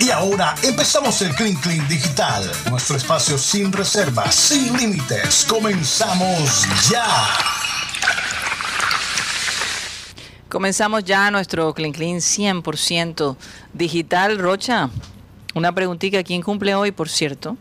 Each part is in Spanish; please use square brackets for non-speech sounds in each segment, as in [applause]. Y ahora empezamos el Clean Clean Digital, nuestro espacio sin reservas, sin límites. Comenzamos ya. Comenzamos ya nuestro Clean Clean 100% digital. Rocha, una preguntita. ¿Quién cumple hoy, por cierto?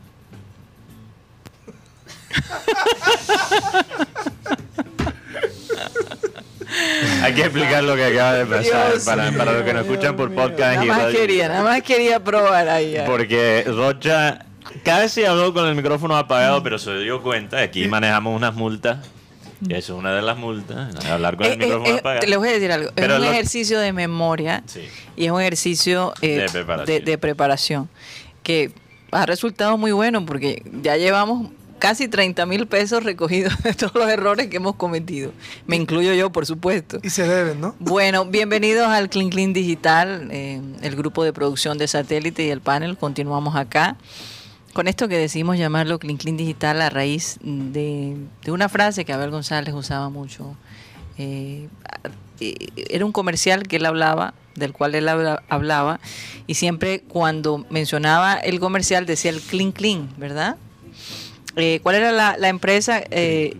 Hay que explicar lo que acaba de pasar Dios para, para los que nos escuchan por podcast Nada y más radio. quería, nada más quería probar ahí. ah. Porque Rocha casi habló con el micrófono apagado, pero se dio cuenta. Aquí manejamos unas multas. Mm. Y eso es una de las multas. Hablar con Eh, el micrófono eh, eh, apagado. les voy a decir algo. Pero es un lo- ejercicio de memoria Sí. y es un ejercicio eh, De preparación. de- de preparación que ha resultado muy bueno porque ya llevamos casi 30 mil pesos recogidos [laughs] de todos los errores que hemos cometido. Me incluyo yo, por supuesto. Y se deben, ¿no? Bueno, bienvenidos al Clean Clean Digital, eh, el grupo de producción de satélite y el panel. Continuamos acá con esto que decidimos llamarlo Clean Clean Digital a raíz de, de una frase que Abel González usaba mucho. Eh, a- eh, era un comercial que él hablaba, del cual él habla- hablaba, y siempre cuando mencionaba el comercial decía el Clean Clean, ¿verdad? Eh, ¿Cuál era la, la empresa? Eh,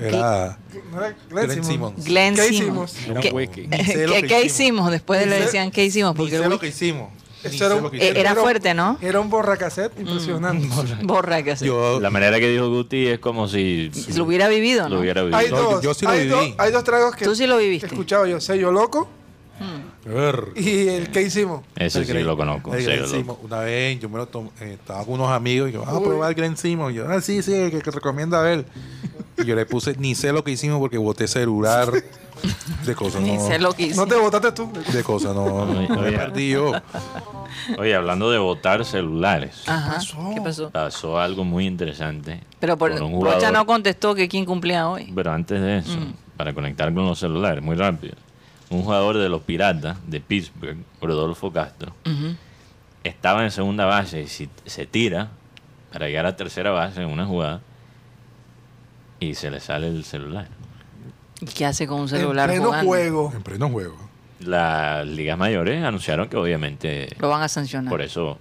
Era ¿No era Glenn Glenn Simmons? Simmons. Glenn ¿Qué Simmons. hicimos? Era ¿Qué- un hueque. Ni sé lo ¿Qué, que qué hicimos. hicimos? Después Ni le sé- decían qué hicimos, Ni porque sé lo uy, que hicimos. Ni Eso sé era lo que un- eh, hicimos. era fuerte, ¿no? Era un borracassette impresionante. Mm, borra que se Yo, La manera que dijo Guti es como si lo hubiera vivido, lo ¿no? hubiera Hay vivido. No, yo- dos, yo sí lo hay, viví. dos, hay dos tragos que Tú sí lo he viviste. escuchado yo, sello loco Err. y el que hicimos. Ese El sí Glen- lo conozco. el sí, Glen lo- Simmons. Una vez yo me lo tomé, eh, estaba con unos amigos y yo, ah, Uy. prueba el Glen Simmons. Y yo, ah, sí, sí, el que, que recomienda a él. Y yo le puse, ni sé lo que hicimos porque boté celular de cosas. Ni no, sé lo que No hicimos. te votaste tú. De cosas, no. Oye, no me oye. perdí yo. Oye, hablando de botar celulares, Ajá. pasó? ¿Qué pasó? pasó algo muy interesante. Ah. Pero por, con un Rocha jugador. no contestó que quién cumplía hoy. Pero antes de eso, para conectar con los celulares, muy rápido. Un jugador de los Piratas de Pittsburgh, Rodolfo Castro, estaba en segunda base y si- se tira para llegar a tercera base en una jugada y se le sale el celular. ¿Y qué hace con un En celular pleno jugando? juego. En pleno juego. Las ligas mayores anunciaron que obviamente Lo van a sancionar. por eso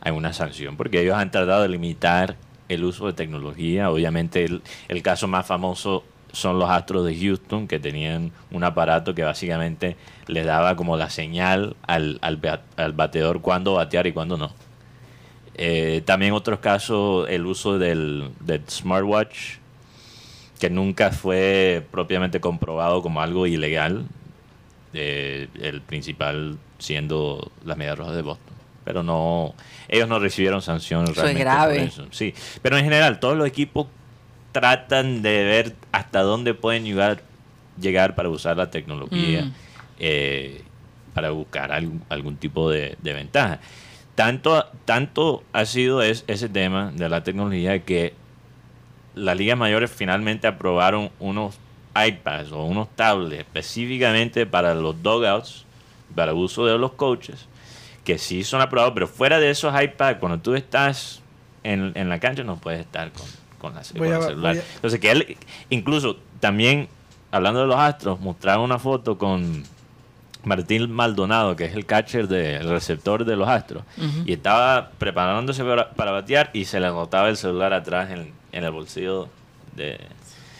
hay una sanción, porque ellos han tardado en limitar el uso de tecnología. Obviamente el, el caso más famoso son los Astros de Houston, que tenían un aparato que básicamente les daba como la señal al, al bat- al bateador cuándo batear y cuándo no. Eh, también otros casos, el uso del, del smartwatch, que nunca fue propiamente comprobado como algo ilegal, eh, el principal siendo las Medias Rojas de Boston. Pero no, ellos no recibieron sanción es realmente por grave. eso. Sí, pero en general todos los equipos tratan de ver hasta dónde pueden llegar, llegar para usar la tecnología Mm. eh, para buscar algún, algún tipo de, de ventaja. Tanto, tanto ha sido es- ese tema de la tecnología que las ligas mayores finalmente aprobaron unos iPads o unos tablets específicamente para los dogouts, para uso de los coaches, que sí son aprobados, pero fuera de esos iPads, cuando tú estás en, en la cancha no puedes estar con, con la, Voy con a- el celular. voy a- Entonces que él, incluso también, hablando de los astros, mostraba una foto con Martín Maldonado, que es el catcher del receptor de los Astros, y estaba preparándose para, para batear y se le anotaba el celular atrás en, en el bolsillo de,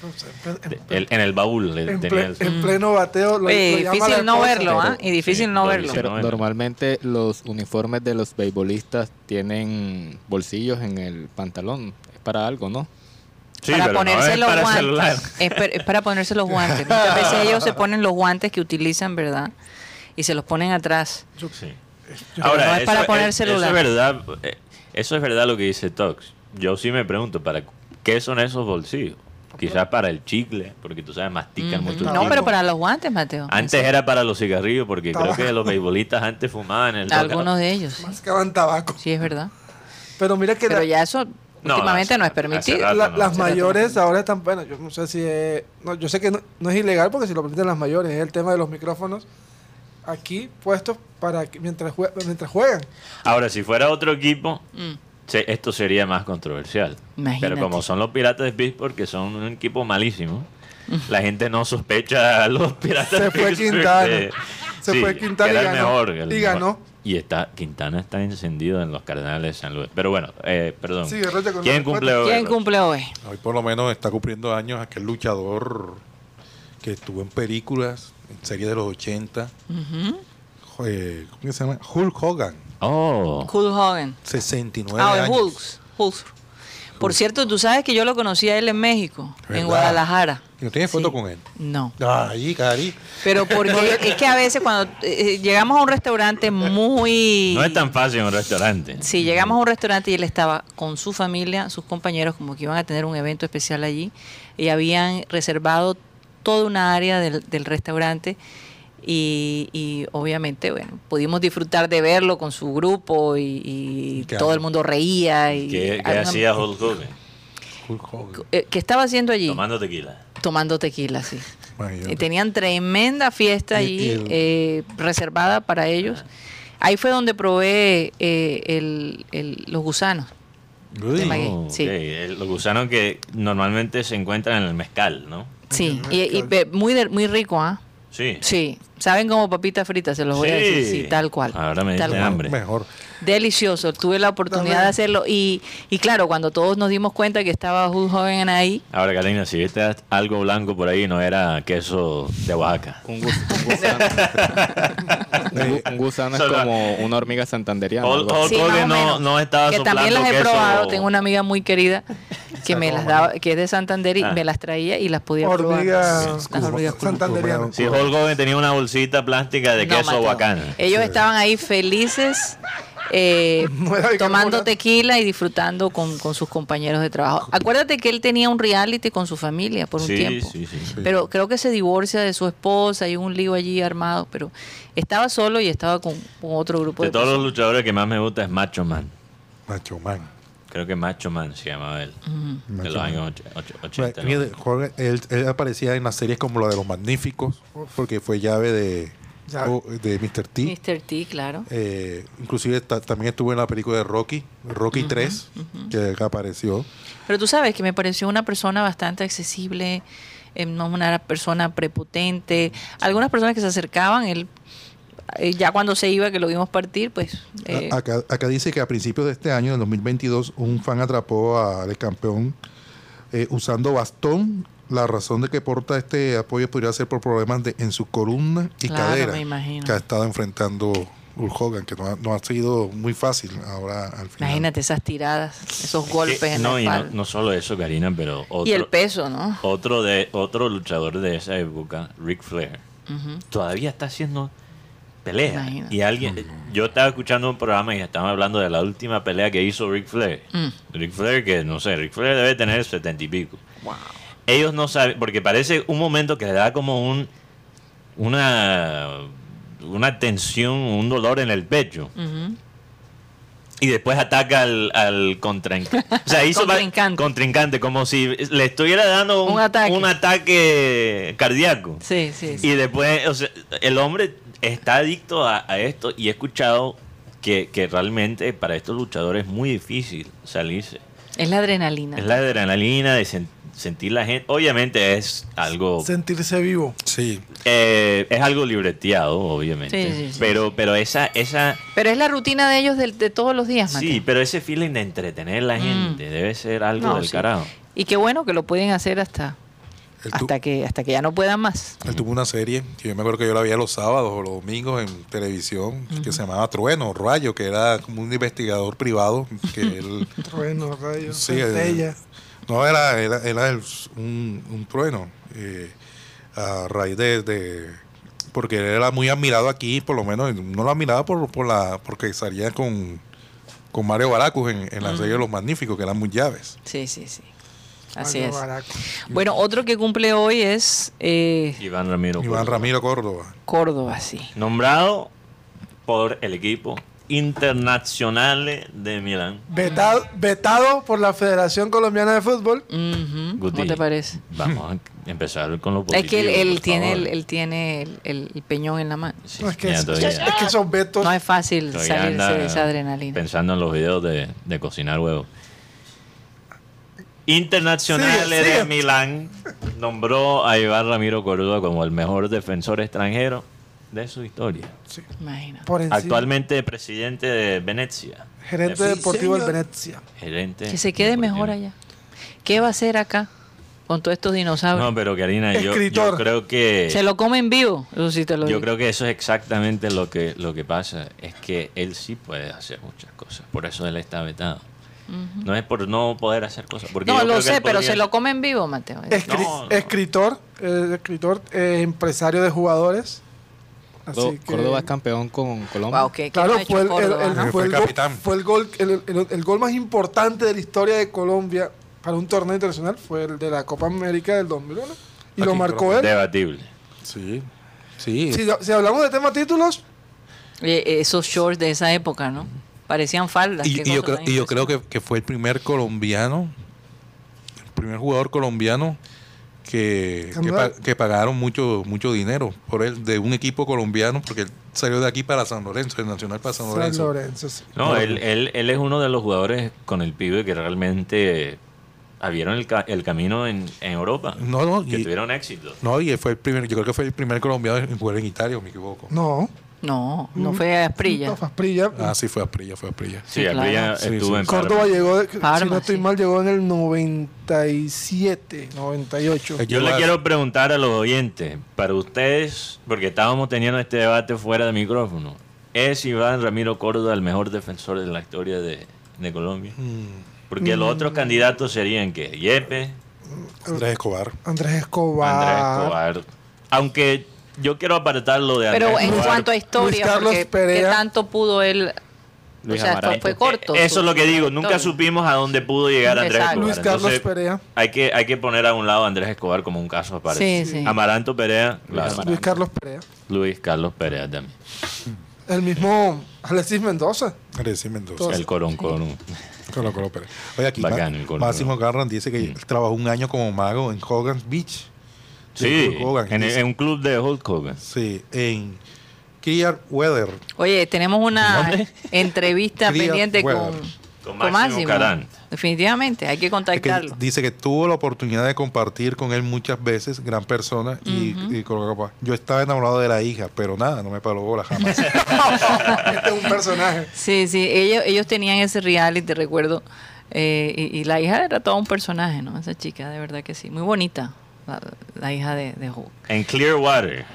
No sé, en- de- el- en el baúl. le En, tenía ple- el- en pleno bateo. Lo, Oye, Mm. Eh, lo llama la difícil no esposa. verlo, ¿ah? Pero- Y difícil sí, no lo verlo. hicieron. Pero Fenómeno. normalmente los uniformes de los beisbolistas tienen bolsillos en el pantalón. Es para algo, ¿no? Sí, para pero no es ponerse los para el guantes. celular. Es, per- es para ponerse los guantes. Muchas veces ellos se ponen los guantes que utilizan, ¿verdad? Y se los ponen atrás. Sí. Pero no es para poner celular. Eso es verdad, eh, eso es verdad lo que dice Tox. Yo sí me pregunto, ¿para qué son esos bolsillos? Quizás para el chicle, porque tú sabes, mastican Ujú. mucho el No, chicle. pero para los guantes, Mateo. Antes era para los cigarrillos, porque creo Tabaco. que los beisbolistas antes fumaban en el Algunos de ellos, sí. Mascaban tabaco. Sí, es verdad. Pero mira que Pero la- ya eso No, últimamente hace- no es hace permitido. rato. la- Ah, no. las Sí, mayores ahora están. Bueno, yo no sé si es. no, yo sé que no, no es ilegal porque si lo permiten las mayores. Es el tema de los micrófonos aquí puestos para que- mientras, jue- mientras juegan. Ahora, si fuera otro equipo, Mm. se- esto sería más controversial. Imagínate. Pero como son los Piratas de Pittsburgh, que son un Mm. equipo malísimo, la gente no sospecha a los Piratas Se de fue Pittsburgh Quintana. de, Se Sí, fue Quintana que y era el ganó. mejor, el y mejor. ganó. Y está, Quintana está encendido en los Cardenales de San Luis. Pero bueno, eh, perdón. Sigue, Rocha, con ¿Quién la cumple hoy? ¿Quién Rocha? cumple hoy? Hoy por lo menos está cumpliendo años aquel luchador que estuvo en películas, en series de los 80. Eh, ¿Cómo que se llama? Hulk Hogan, Oh, Hulk Hogan. 69 Ah, el años. Hulk. Hulk. Por cierto, tú sabes que yo lo conocí a él en México, ¿Verdad? en Guadalajara. ¿Y no tienes foto con él? No. Ahí, Cari. Pero porque es que a veces cuando eh, llegamos a un restaurante muy... no es tan fácil en un restaurante. Sí, llegamos a un restaurante y él estaba con su familia, sus compañeros, como que iban a tener un evento especial allí, y habían reservado toda una área del, del restaurante. Y, y obviamente, bueno, pudimos disfrutar de verlo con su grupo y, y Claro. todo el mundo reía. Y ¿Qué, qué había- hacía Hulk Hogan? Hulk Hogan. eh, ¿Qué estaba haciendo allí? Tomando tequila. Tomando tequila, sí. Imagínate. Y tenían tremenda fiesta Y- allí y el- eh, reservada para ellos. Ahí fue donde probé eh, el- el- los gusanos. Uy. de maguey. Oh, Sí. ok. El- Los gusanos que normalmente se encuentran en el mezcal, ¿no? Sí, y, y ve- muy, de- muy rico, ¿ah? Sí. Sí, saben como papitas fritas, se los voy a decir, Sí. sí, tal cual. Ahora me tal diste cual. hambre. Mejor. Delicioso, tuve la oportunidad de hacerlo y, y claro, cuando todos nos dimos cuenta que estaba un joven ahí, Ahora, Karina, si viste algo blanco por ahí, no era queso de Oaxaca. Un, gus- un gusano. un, gu- un gusano es Solo- como una hormiga santanderiana. Hulk, algo así. Hulk Sí, más Hogan o no, menos. no estaba que soplando también las he queso. probado, tengo una amiga muy querida que me las daba, que es de Santander y Ah. me las traía y las podía probar. Hormiga Las hormigas pulpo. santanderiana. Sí, Hulk Hogan tenía una bolsita plástica de No, Eh, queso Mateo. Oaxacana. Ellos estaban ahí felices. eh, No era de tomando carbona. tequila y disfrutando con, con sus compañeros de trabajo. Acuérdate que él tenía un reality con su familia por un Sí, tiempo. sí, sí. Pero creo que se divorcia de su esposa y un lío allí armado. Pero estaba solo y estaba con, con otro grupo de, De todos los personas. luchadores que más me gusta es Macho Man. Macho Man. Creo que Macho Man se llamaba él. De Macho los Man. años och- och- 80. ¿no? Mira, Hogan, él, él aparecía en las series como la de los Magníficos, porque fue llave de, Llave. o- de Mr. T. Mr. T, claro. Eh, inclusive ta- también estuvo en la película de Rocky, Rocky 3, que, que apareció. Pero tú sabes que me pareció una persona bastante accesible, eh, no una persona prepotente. Algunas personas que se acercaban, él eh, ya cuando se iba, que lo vimos partir, pues... eh, A- Ah, acá, acá dice que a principios de este año, en 2022, un fan atrapó al campeón eh, usando bastón. La razón de que porta este apoyo podría ser por problemas de, en su columna y Claro, cadera me imagino. que ha estado enfrentando Hulk Hogan, que no ha, no ha sido muy fácil ahora al final. Imagínate esas tiradas, esos Es golpes que- en no, la y no, espalda. no solo eso, Karina, pero otro, y el peso, ¿no? otro, de, otro luchador de esa época, Ric Flair, todavía está haciendo pelea. Imagínate. Y alguien, yo estaba escuchando un programa y estaban hablando de la última pelea que hizo Ric Flair. Ric Flair, que no sé, Ric Flair debe tener setenta y pico. Ellos no saben, porque parece un momento que le da como un una, una tensión, un dolor en el pecho. Y después ataca al, al contrincante. O [laughs] sea, hizo va- Contrincante. contrincante, como si le estuviera dando un, Un ataque. un ataque cardíaco. Sí, sí, sí. Y después, o sea, el hombre está adicto a, a esto y he escuchado que, que realmente para estos luchadores es muy difícil salirse. Es la adrenalina. Es la adrenalina de sen- sentir la gente. Obviamente es algo Sentirse vivo. Sí, eh, es algo libreteado, obviamente. Sí, sí, sí. Pero, pero esa, esa, Pero es la rutina de ellos del- de, todos los días, Mateo. sí, pero ese feeling de entretener a la gente debe ser algo Mm. No, del sí. carajo. Y qué bueno que lo pueden hacer hasta, él, tu- hasta, que, hasta que ya no puedan más. él tuvo una serie que yo me acuerdo que yo la veía los sábados o los domingos en televisión, que se llamaba Trueno, Rayo, que era como un investigador privado, [laughs] que él... Trueno, rayos, Sí, centella. No, era, era, era el- un, un trueno. eh, a raíz de, de- Porque él era muy admirado aquí, por lo menos. No lo admiraba por, por la, porque salía con, con Mario Baracus en, en la serie de Los Magníficos, que eran muy llaves. Sí, sí, sí. Así Algo es. baraco. Bueno, otro que cumple hoy es eh, Iván Ramiro. Iván Córdoba. Ramiro Córdoba. Córdoba, sí. Nombrado por el equipo Internacional de Milán. Vetado, vetado por la Federación Colombiana de Fútbol. Ujú. Guti, ¿Cómo te parece? Vamos a empezar con lo positivo. Es que él, él por tiene, favor. el, él tiene el, el- el peñón en la mano. Sí, No, es, que mira, es- todavía- es que esos vetos. No es fácil todavía salirse anda de esa adrenalina. Pensando en los videos de, de cocinar huevos. Internacionales Sigue, sigue. de Milán nombró a Iván Ramiro Córdoba como el mejor defensor extranjero de su historia. Imagínate. Por encima. Actualmente presidente de Venecia. Gerente de- deportivo del Venecia. gerente Que se quede deportivo. mejor allá. ¿Qué va a hacer acá con todos estos dinosaurios? No, pero Karina, yo, yo Escritor. creo que... Se lo comen vivo. Eso sí te lo Yo digo. creo que eso es exactamente lo que, lo que pasa. Es que él sí puede hacer muchas cosas. Por eso él está vetado. No es por no poder hacer cosas. Porque no, yo lo creo que sé, él pero podría- se lo comen vivo, Mateo. Escri- No, no. Escritor, eh, escritor eh, empresario de jugadores. Así Córdoba- que- Córdoba es campeón con Colombia. Wow, ¿qué, qué Claro, no ha hecho fue el, el- Córdoba, el- no? ¿no? fue el Fue gol, capitán. fue el gol, el, el- el gol más importante de la historia de Colombia para un torneo internacional fue el de la Copa América del 2001 y Aquí lo en marcó Colombia. él. Debatible. Sí. Sí. Si, si hablamos de tema títulos, Eh, eh, esos shorts de esa época, ¿no? Parecían faldas. Y, qué y cosa yo creo, tan y yo creo que, que fue el primer colombiano, el primer jugador colombiano que, que, pa- que pagaron mucho mucho dinero por él, de un equipo colombiano, porque él salió de aquí para San Lorenzo, el Nacional para San San Lorenzo. Lorenzo. sí. No, él, él, él es uno de los jugadores con el pibe que realmente abrieron el, ca- el camino en, en Europa. No, no, que y, tuvieron éxito. no, y él fue el primer, yo creo que fue el primer colombiano en jugar en Italia, o me equivoco. No, impresionante. No, no Mm. fue a Esprilla. no, fue Asprilla. Ah, sí, fue Aprilla, fue Aprilla. Sí, Sí, aquí claro. ya Sí, estuvo sí. en Córdoba Parma. llegó, de- si Parma, no estoy sí. mal, llegó en el 97, 98. Eh, Yo le Igual. quiero preguntar a los oyentes, para ustedes, porque estábamos teniendo este debate fuera de micrófono, ¿es Iván Ramiro Córdoba el mejor defensor de la historia de, de Colombia? Mm. Porque los Mm. otros candidatos serían que Yepes, Andrés Escobar. Andrés Escobar. Andrés Escobar, aunque yo quiero apartarlo de Andrés Pero en Escobar. cuanto a Luis historia, Carlos porque, ¿qué Perea. tanto pudo él? o Luis sea, fue, Amaranto. fue corto. Eh, Eso su- es lo que digo, nunca su- supimos a dónde pudo llegar Andrés Exacto. Escobar. Luis Carlos Entonces, Perea. Hay que, hay que poner a un lado a Andrés Escobar como un caso aparte. Sí, sí. Amaranto Perea, claro. Luis Carlos Perea. Luis Carlos Perea también. El mismo [laughs] Alexis Mendoza. Alexis Mendoza. El Corón Corón. Colo, Colo Pérez. Oye, aquí Bacán el Mm. Ma- Colo, Máximo Garran dice que él trabajó un año como mago en Hogan's Beach. de Sí, Hulk Hogan. en, Dice- en un club de Hulk Hogan. Sí, en Clear Weather. Oye, tenemos una ¿Dónde? entrevista Cría pendiente Weber. con, Con Máximo Carán. Definitivamente, hay que Es que contactarlo. dice que tuvo la oportunidad de compartir con él muchas veces, gran persona, y- y, colocó, yo estaba enamorado de la hija, pero nada, no me paró bola jamás. [laughs] este es un personaje. Sí, sí, ellos, ellos tenían ese reality, te recuerdo. eh, y, y la hija era todo un personaje, ¿no? Esa chica, de verdad que sí. Muy bonita, la, la hija de, de Hulk. En Clearwater.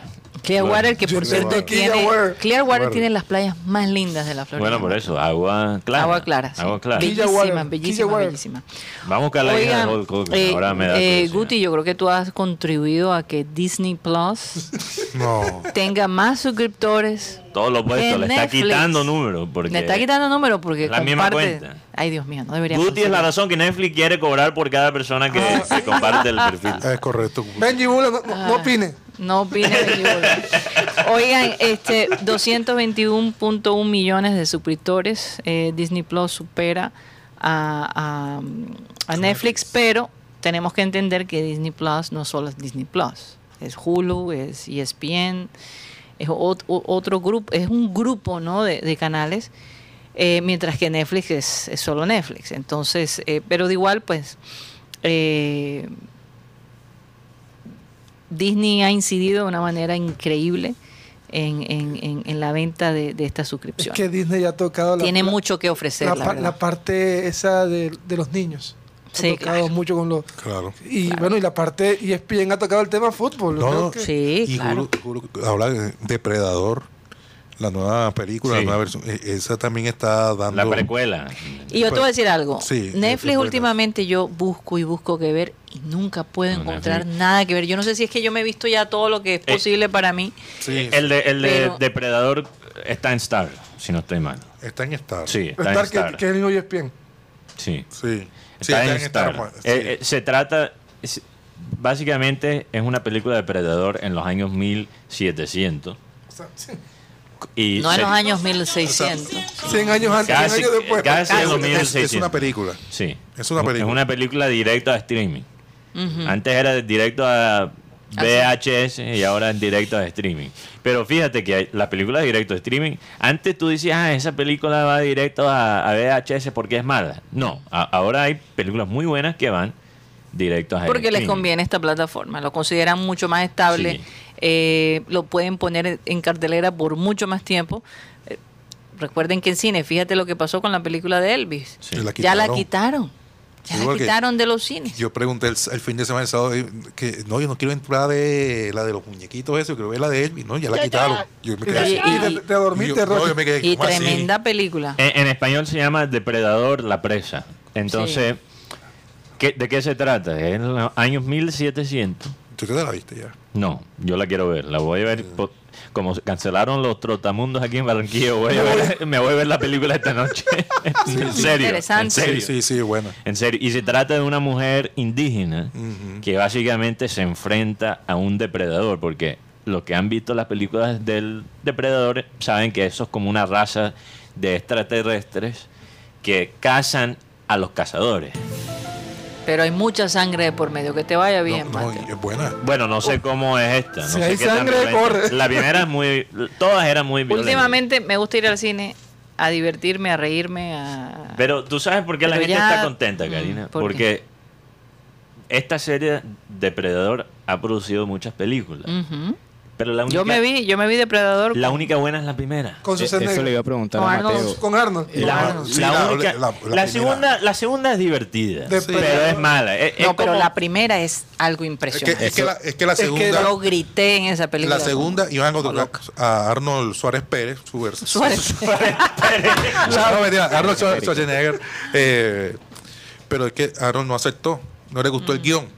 Clearwater, que por Yo- cierto Clearwater. tiene. Clearwater. Clearwater tiene las playas más lindas de la Florida. Bueno, por eso, agua clara. Agua clara. sí. Agua clara. Bill- Bellísima, Clearwater, bellísima, Clearwater. bellísima. Vamos a buscar la hija de Oigan, Hulk Hogan. eh, Ahora me da eh, curiosidad. Guti, yo creo que tú has contribuido a que Disney Plus no. tenga más suscriptores. Todo lo opuesto, en le está Netflix. quitando números. Porque Le está quitando número porque La misma comparte- cuenta. Ay, Dios mío, no debería Guti es pasar. la razón que Netflix quiere cobrar por cada persona que, Ah. que comparte el perfil. [laughs] Es correcto. Benji Bula, no, no- no opine. No opine [laughs] de Gibola. Oigan, este 221.1 millones de suscriptores. eh, Disney Plus supera a, a- a Netflix, pero tenemos que entender que Disney Plus no solo es Disney Plus. Es Hulu, es E ESPN, es ot- o- otro grupo, es un grupo ¿no? de, de canales. eh, mientras que Netflix es, es solo Netflix. Entonces, eh, pero de igual, pues, eh, Disney ha incidido de una manera increíble en, en- en- en la venta de, de esta Es suscripción. que Disney ya ha tocado la, Tiene la- mucho que la, ofrecer, la, pa- verdad. la parte esa de, de los niños. Ha Sí, tocado claro. mucho con los. Claro. Y bueno, y la parte E ESPN ha tocado el tema fútbol. Yo No, creo no, que- Sí, y claro. Hulu- Hulu habla de Depredador, la nueva película, Sí. la nueva versión, e- esa también está dando... La precuela. Y yo te voy a decir algo. Sí, es Netflix verdad. últimamente yo busco y busco que ver y nunca puedo No, encontrar Netflix. nada que ver. Yo no sé si es que yo me he visto ya todo lo que es Eh, posible para mí. Sí, El de, el de Pero- Depredador está en Star, si no estoy mal. está en Star. Sí, está en Star, que, Star. que es el mismo E ESPN. Sí. Sí. Sí, Está en Star. Juan. Sí. Eh, eh, se trata, es- básicamente es una película de Predador en los años 1700. O sea, sí. Y No en se- los años 1600. 100 años antes, 100 Casi, años después. casi en Es- los es, 1600. es una película. Sí. Es una película. Es una película directa a streaming. Antes era de- directo Ah, a VHS y ahora es directo a streaming. Pero fíjate que hay- las películas directo a streaming, antes tú decías, ah, esa película va directo a, a VHS porque es mala. No, a- ahora hay películas muy buenas que van directos a Porque les streaming. conviene esta plataforma, lo consideran mucho más estable, Sí. eh, lo pueden poner en cartelera por mucho más tiempo. Eh, recuerden que en cine, fíjate lo que pasó con la película de Elvis. Sí. Y Ya la quitaron, ya Sí, la porque quitaron de los cines. Yo pregunté el, el fin de semana el sábado eh, que no, yo no quiero entrar de la de los muñequitos eso, quiero ver la de Elvis, no, ya la quitaron. Yo me quedé Y- así. y- Y te, te dormiste, Yo- no, Rocky. yo me quedé, Y ¿cómo así? tremenda película. En, en español se llama Depredador la presa. Entonces, ¿qué- ¿de qué se trata? Es En los años 1700. Tú te la viste ya. No, yo la quiero ver. La voy a ver. po- Como cancelaron los trotamundos aquí en Barranquilla, voy a ver- me voy a ver la película esta noche. en serio. En Interesante. serio. Sí, sí, sí, bueno. En serio. Y se trata de una mujer indígena que básicamente se enfrenta a un depredador, porque los que han visto las películas del depredador saben que eso es como una raza de extraterrestres que cazan a los cazadores. Pero hay mucha sangre de por medio, que te vaya bien, no, Mateo. no, es buena. Bueno, no sé cómo es esta. No Si sé hay qué tan sangre, violenta. corre. La primera es muy. Todas eran muy violentas. Últimamente me gusta ir al cine a divertirme, a reírme, a... Pero tú sabes por qué la Pero gente ya- está contenta, Karina. Mm, ¿por Porque esta serie Depredador ha producido muchas películas. Ujú. Pero la única, Mm. Yo me vi, yo me vi Depredador. La única buena es la primera. Con Eh, sus Eso le iba a preguntar a No, no, Mateo. Con Arnold. Eh, Con La, Arnold. Sí, la la- única- la- la la primera. segunda, la segunda es divertida, Depredador. pero es mala. Es- es no, pero como- la primera es algo Es que, impresionante. es que la, es que la que segunda, Yo grité en esa película. la segunda iban a contratar a Arnold Suárez Pérez, su versión. [laughs] Suárez. No, no, mentira, Arnold Schwar- Schwarzenegger. eh, pero es que Arnold no aceptó, no le Mm, gustó el guión.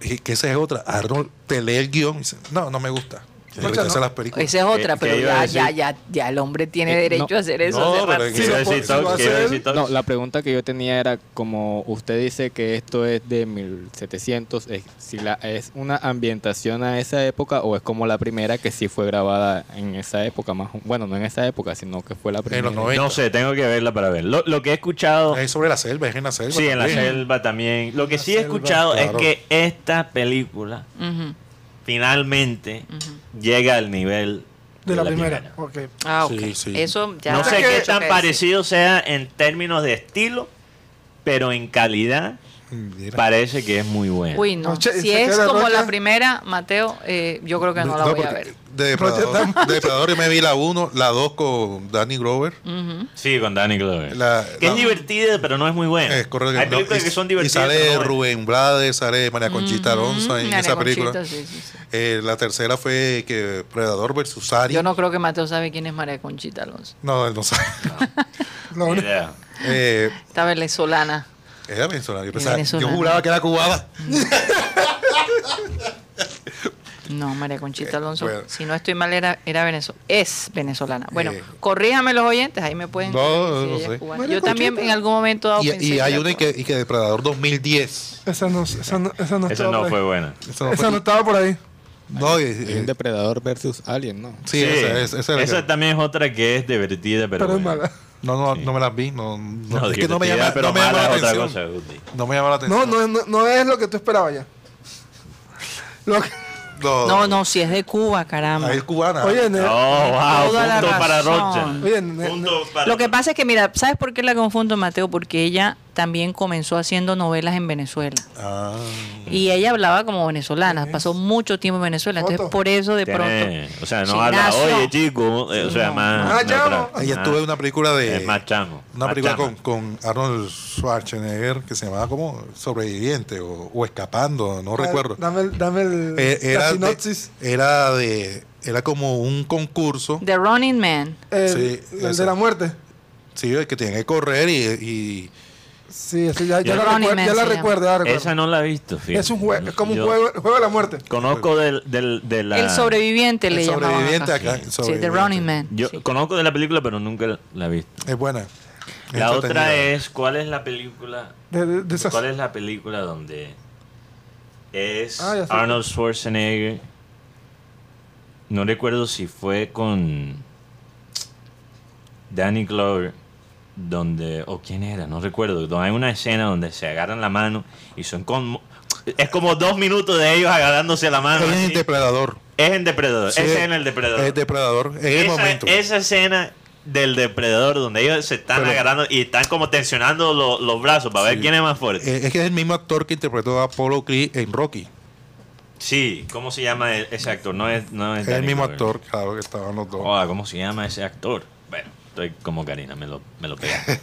Y que esa es otra. Arnold te lee el guión y dice, no, no me gusta. Y Muchas rechaza no. las películas. Esa es otra, que pero iba a ya, decir- ya, ya, ya el hombre tiene Eh, derecho no. a hacer eso. No, hace pero rato. es que- Quiero Si lo decir po- todo, si lo quiero hace decir él- todo. No, la pregunta que yo tenía era como usted dice que esto es de 1700, es, si la, es una ambientación a esa época o es como la primera que sí fue grabada en esa época más, o- bueno, no en esa época, sino que fue la En primera. los 90. No sé, tengo que verla para ver. Lo, lo que he escuchado, Es sobre la selva, es en la selva. sí, en la también. selva también. Lo que la sí he selva, escuchado es claro. que esta película Ujú. finalmente llega al nivel De la primera. Ok. Ah, ok. Sí, sí. Eso ya No sé mucho qué que tan decir. parecido sea en términos de estilo, pero en calidad Mm, Mira. parece que es muy buena. Uy, no. No, che, si se es queda como Rocha. la primera, Mateo, eh, yo creo que no la voy a porque ver. De Depredador, de Depredador yo me vi la 1, la 2 con Danny Grover. Ujú. Sí, con Danny Glover. La- que la- es divertida, pero no es muy buena. Es correcto. Hay no, películas y- que son Y divertidas. pero sale no buenas. Rubén Blades, sale María Conchita Alonso en Mm, María esa película. Conchita, sí, sí, sí. Eh, la tercera fue que Predador versus Ari. Yo no creo que Mateo sabe quién es María Conchita Alonso. No, él no sabe. La Ni única- idea. Eh, Esta venezolana. era venezolana. Yo, pensaba- venezolana. yo juraba que era cubana. No, María Conchita Alonso, Eh, bueno. si no estoy mal, era, era venezo- es venezolana. Bueno, Eh. corríjame los oyentes, ahí me pueden. No, corregir no ella es sé. cubana. María Yo también Conchita. en algún momento he dado Y, pensé y hay era una y que, y que Depredador 2010. Esa no, esa no, esa no Esa estaba no por fue ahí. buena. Eso no Esa fue- no estaba por ahí. no, y- Hay un y- depredador versus alien, ¿no? sí, esa, esa- esa era Esa que- también es otra que es divertida, pero, Pero, es buena. mala. no, no, no me las vi. No, no, No, es que no me divertida, llama, pero no me llama mala la es otra atención. cosa, Guti. No me llama la No, atención. no, no, no es lo que tú esperabas ya. Lo que- No, no, si es de Cuba, caramba. Ahí es cubana. oye, ne- Oh, wow, Toda la punto para Rocha. razón. oye, ne- Punto para Lo que pasa es que, mira, ¿sabes por qué la confundo, Mateo? Porque ella también comenzó haciendo novelas en Venezuela. Ah. Y ella hablaba como venezolana, pasó mucho tiempo en Venezuela. Entonces, Foto. por eso de Tiene- pronto. O sea, no Sí, habla, Ignacio. oye, chico. eh, o sea, no. más. Ah, no chamo. tra- Ahí ah, estuve en una película de. Es más chamo, Una más película con, chamo. con Arnold Schwarzenegger que se llamaba como Sobreviviente o, o Escapando, Ah, no recuerdo. Dame, el- dame el, Eh, la era, de, sinopsis. era de. Era como un concurso. The Running Man. El, sí, el esa. de la muerte. Sí, el que tiene que correr y. y- Sí, sí, ya, Ya. ya la, Running recuer- Man ya la se llama. recuerdo. ya la recuerdo. Esa no la he visto. fíjate. es un juego, es como un Yo juego, el juego de la muerte. Conozco del, del, de la. El sobreviviente le el llamaban sobreviviente acá. acá. el Sí, The sobreviviente. Running Man. Yo sí. conozco de la película, pero nunca la he visto. Es buena. La otra entretenida. es. ¿Cuál es la película? De, de- de esas. ¿Cuál es la película donde es Ah, ya sé. Arnold Schwarzenegger? No recuerdo si fue con Danny Glover, donde o quién era, no recuerdo. Donde hay una escena donde se agarran la mano y son como es como dos minutos de ellos agarrándose la mano. Es así. el depredador. Es en Depredador. Sí, Eh, es en el Depredador. Es depredador. Es el esa, momento. esa escena del depredador, donde ellos se están Pero- agarrando y están como tensionando lo- los brazos para ver Sí. quién es más fuerte. Eh, es que es el mismo actor que interpretó a Apollo Creed en Rocky. sí, ¿cómo se llama e- ese actor? No es, no es Es el Danny mismo Glover. actor, claro, que estaban los dos. Joda, ¿Cómo se llama ese actor? Bueno, estoy como Karina, me lo, me lo pega. [laughs]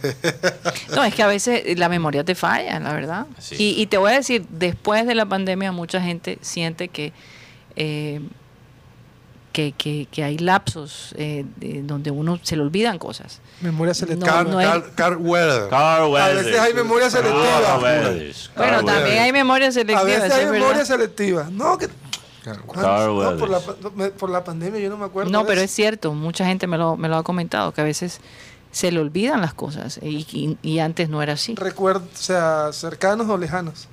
No, es que a veces la memoria te falla, la verdad. Sí. Y, y te voy a decir, después de la pandemia mucha gente siente que, eh, que, que- que hay lapsos eh, de- donde uno se le olvidan cosas. Memoria selectiva. Carl, no es- Carl- Carl Weathers. Carl Ah, A Weathers. veces hay memoria Carl selectiva. Weathers. Carl Bueno, Weathers. también hay memoria Ah, A selectiva. veces eso hay es memoria verdad. selectiva. No, que. Carl no, por la, Weathers. pa- me- por la pandemia yo no me acuerdo. No, de pero es eso. cierto, mucha gente me lo, me lo ha comentado, que a veces se le olvidan las cosas y, y- y antes no era así. Recuerdo, o sea, cercanos o lejanos.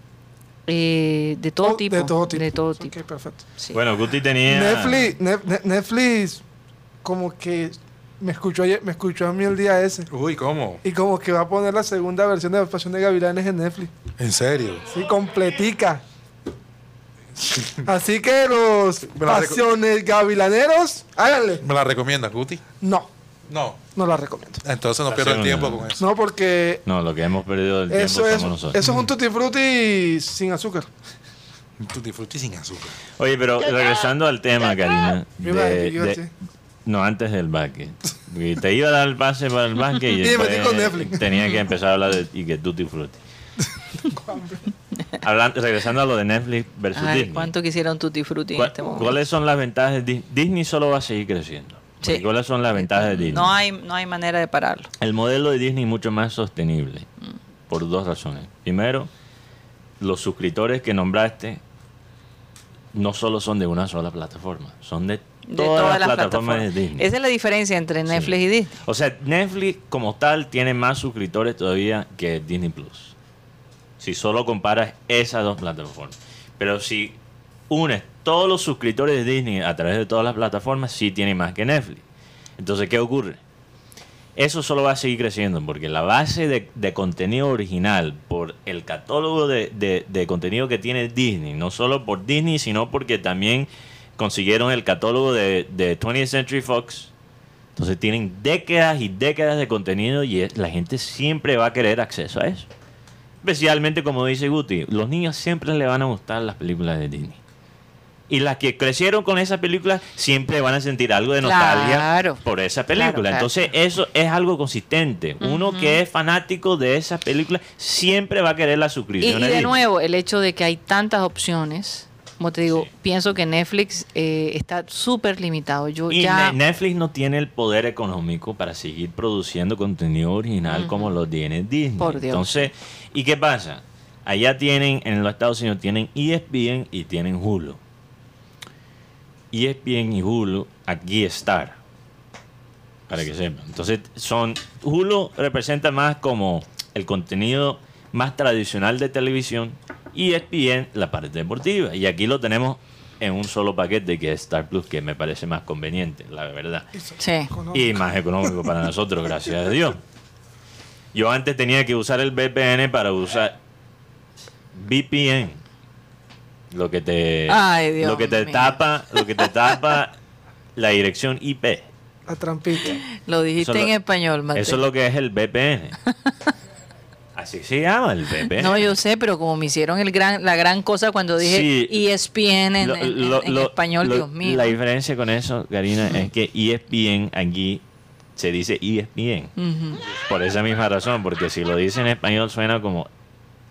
Eh, de, todo O- tipo, Oh, De todo tipo. De todo Ok, tipo. perfecto. sí. Bueno, Guti tenía. Netflix, Nef- Ne- Netflix, como que me escuchó, ayer- me escuchó a mí el día ese. Uy, ¿cómo? Y como que va a poner la segunda versión de la Pasión de Gavilanes en Netflix. ¿En serio? Sí, completica. Así que los pasiones gavilaneros, háganle. ¿Me la recomiendas, Guti? No, No. no la recomiendo. Entonces no pierdo el Pasión, tiempo no. con eso. No, porque No, lo que hemos perdido del tiempo eso somos es, nosotros. Mm. eso es un tutti frutti sin azúcar. Tutti frutti sin azúcar. Oye, pero regresando al tema, Karina. Yo iba a de- decir, yo iba de- a decir. no, antes del basket. Y Te iba a dar el pase para el basket y [laughs] Y me metí después con Netflix. tenía que empezar a hablar de y que Tutti [laughs] Frutti. Hablan- regresando a lo de Netflix versus Ay, Disney. ¿Cuánto quisiera un tutti frutti en ¿Cuál- este momento? ¿Cuáles son las ventajas de Disney? Disney solo va a seguir creciendo. Sí. ¿Y ¿Cuáles son las ventajas de Disney? No hay, no hay manera de pararlo. El modelo de Disney es mucho más sostenible por dos razones. Primero, los suscriptores que nombraste no solo son de una sola plataforma, son de, De todas, todas las las plataformas de plataformas. Disney. Esa es la diferencia entre Netflix Sí. y Disney. O sea, Netflix como tal tiene más suscriptores todavía que Disney Plus. Si solo comparas esas dos plataformas. Pero si unes todos los suscriptores de Disney a través de todas las plataformas, sí tiene más que Netflix. Entonces, ¿qué ocurre? Eso solo va a seguir creciendo porque la base de, de contenido original por el catálogo de, de- de contenido que tiene Disney, no solo por Disney, sino porque también consiguieron el catálogo de, de 20th Century Fox, entonces tienen décadas y décadas de contenido y es- la gente siempre va a querer acceso a eso. Especialmente como dice Guti, los niños siempre le van a gustar las películas de Disney. Y las que crecieron con esas películas siempre van a sentir algo de nostalgia Claro. por esa película. Claro, claro. Entonces E, eso es algo consistente. Uno que es fanático de esas películas siempre va a querer la Y, suscripción. y a de Disney. nuevo, el hecho de que hay tantas opciones, como te digo, Sí. pienso que Netflix eh, está súper limitado. Yo Y ya... Ne- Netflix no tiene el poder económico para seguir produciendo contenido original como lo tiene Disney. Por Dios. Entonces, ¿y qué pasa? Allá tienen, en los Estados Unidos tienen E ESPN y tienen Hulu. E ESPN y Hulu, aquí Star. Para que sepan. Entonces, son Hulu representa más como el contenido más tradicional de televisión E y ESPN la parte deportiva. Y aquí lo tenemos en un solo paquete que es Star Plus, que me parece más conveniente, la verdad. Sí. Y más económico para nosotros, gracias a Dios. Yo antes tenía que usar el VPN para usar VPN. Lo que te Ay, Dios lo que te mío. tapa, lo que [laughs] te tapa la dirección IP. La trampita. Lo dijiste Eso en lo- español, Mateo. Eso es lo que es el VPN. Así se llama el VPN. No, yo sé, pero como me hicieron el gran, la gran cosa cuando dije E Sí. ESPN en, Lo- en- lo- en lo- español, lo- Dios mío. La diferencia con eso, Karina, es que E ESPN aquí se dice E ESPN. Ujú. Por esa misma razón, porque si lo dice en español suena como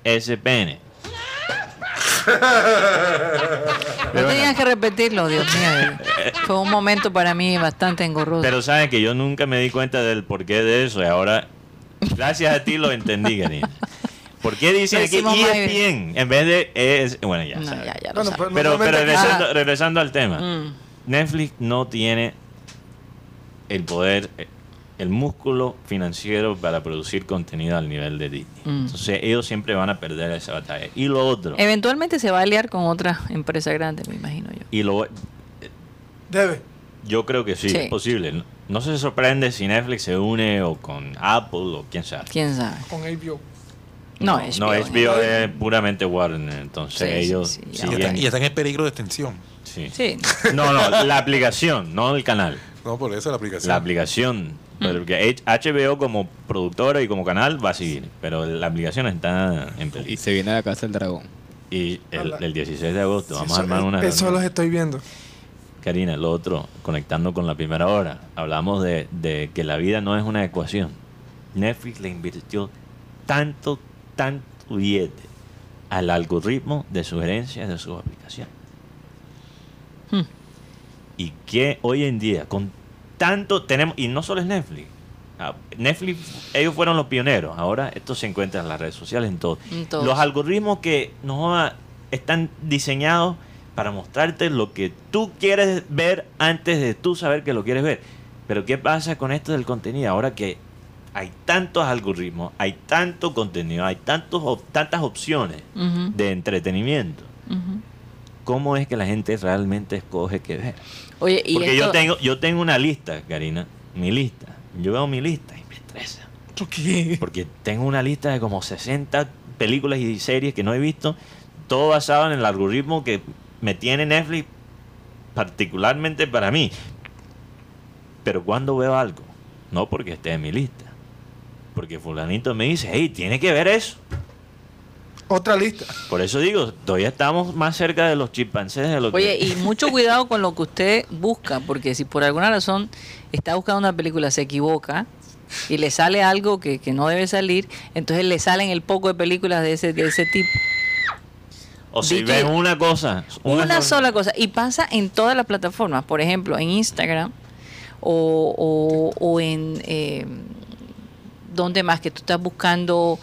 SPN. No tenías que repetirlo, Dios [laughs] mío. Fue un momento para mí bastante engorroso. Pero sabes que yo nunca me di cuenta del porqué de eso y ahora, gracias a ti, lo entendí, Karina. ¿Por qué dicen Lo aquí E hicimos mal. ESPN en vez de E ES? Bueno, pues, ya. no, sabes. ya, Ah. ya lo Bueno, sabes. pues, Pero, pero normalmente- regresando, regresando al tema. Mm. Netflix no tiene el poder, eh, el músculo financiero para producir contenido al nivel de Disney. Mm. Eh. Entonces ellos siempre van a perder esa batalla. Y lo otro, Eventualmente se va a aliar con otra empresa grande, me imagino yo. y lo, Debe. yo creo que sí, Sí. es posible. No, no se sorprende si Netflix se une o con Apple o quién sabe. ¿Quién sabe? Con HBO. No, es es No, HBO es puramente Warner, entonces Sí, sí, ellos sí, ya. Y siguen- están, y están en peligro de extinción. sí. Sí. No, no, la aplicación, no el canal. No, por eso la aplicación. La aplicación Porque HBO como productora y como canal va a seguir, pero la aplicación está en Y peligro. se viene a la casa del dragón. Y el, el 16 de agosto vamos a armar una Eso reunión. los estoy viendo. Karina, lo otro, conectando con la primera hora, hablamos de, de que la vida no es una ecuación. Netflix le invirtió tanto, tanto billete al algoritmo de sugerencias de sus aplicaciones. Hmm. Y que hoy en día, con tanto tenemos, y no solo es Netflix, Ah, Netflix, ellos fueron los pioneros, ahora esto se encuentra en las redes sociales, en todo. En todo. Los algoritmos que nos joda, están diseñados para mostrarte lo que tú quieres ver antes de tú saber que lo quieres ver. Pero ¿qué pasa con esto del contenido? Ahora que hay tantos algoritmos, hay tanto contenido, hay tantos, op- tantas opciones Ujú, de entretenimiento. ujú. ¿Cómo es que la gente realmente escoge qué ver? Oye, y Porque esto- yo tengo, yo tengo una lista, Karina, mi lista. Yo veo mi lista y me estresa. ¿Por qué? Porque tengo una lista de como 60 películas y series que no he visto, todo basado en el algoritmo que me tiene Netflix, particularmente para mí. Pero cuando veo algo, no porque esté en mi lista, porque fulanito me dice, hey, tiene que ver eso. Otra lista. Por eso digo, todavía estamos más cerca de los chimpancés de lo que... Oye, y mucho cuidado con lo que usted busca, porque si por alguna razón está buscando una película, se equivoca y le sale algo que, que no debe salir, entonces le salen el poco de películas de ese, de ese tipo. o si dicho- ves una cosa, Una, sola cosa. Y pasa en todas las plataformas, por ejemplo, en Instagram o, o- o en... eh, donde más que tú estás buscando,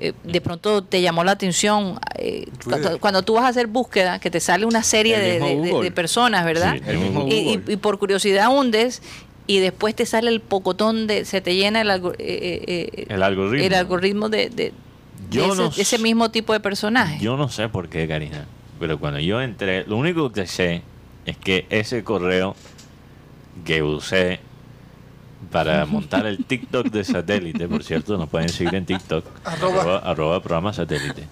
eh, de pronto te llamó la atención, eh, cu- Twitter. cuando tú vas a hacer búsqueda, que te sale una serie El de, mismo de- de- Google. de personas, ¿verdad? Sí, El mismo y, y- Google. y por curiosidad hundes y después te sale el pocotón de se te llena el, algo- eh, eh, eh, El algoritmo. el algoritmo de, de- de Yo ese, no de ese mismo tipo de personaje Yo no sé por qué, Karina. Pero cuando yo entré, lo único que sé es que ese correo que usé para montar el TikTok de satélite, por cierto, nos pueden seguir en TikTok, Arroba. arroba, arroba programa satélite.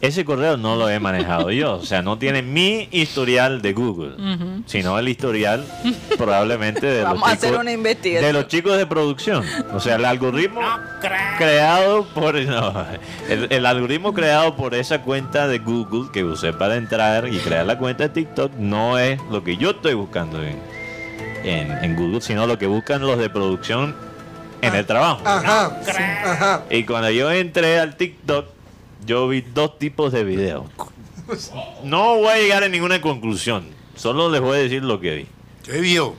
Ese correo no lo he manejado yo, o sea, no tiene mi historial de Google, Ujú. sino el historial [laughs] probablemente de los Vamos a chicos- hacer una investigación. de los chicos de producción. O sea, el algoritmo creado por no, el, el algoritmo creado por esa cuenta de Google que usé para entrar y crear la cuenta de TikTok no es lo que yo estoy buscando en, en, en Google, sino lo que buscan los de producción Ah, en el trabajo. Ajá. sí, ajá. Y cuando yo entré al TikTok, yo vi dos tipos de videos. No voy a llegar a ninguna conclusión. Solo les voy a decir lo que vi. ¿Qué vio?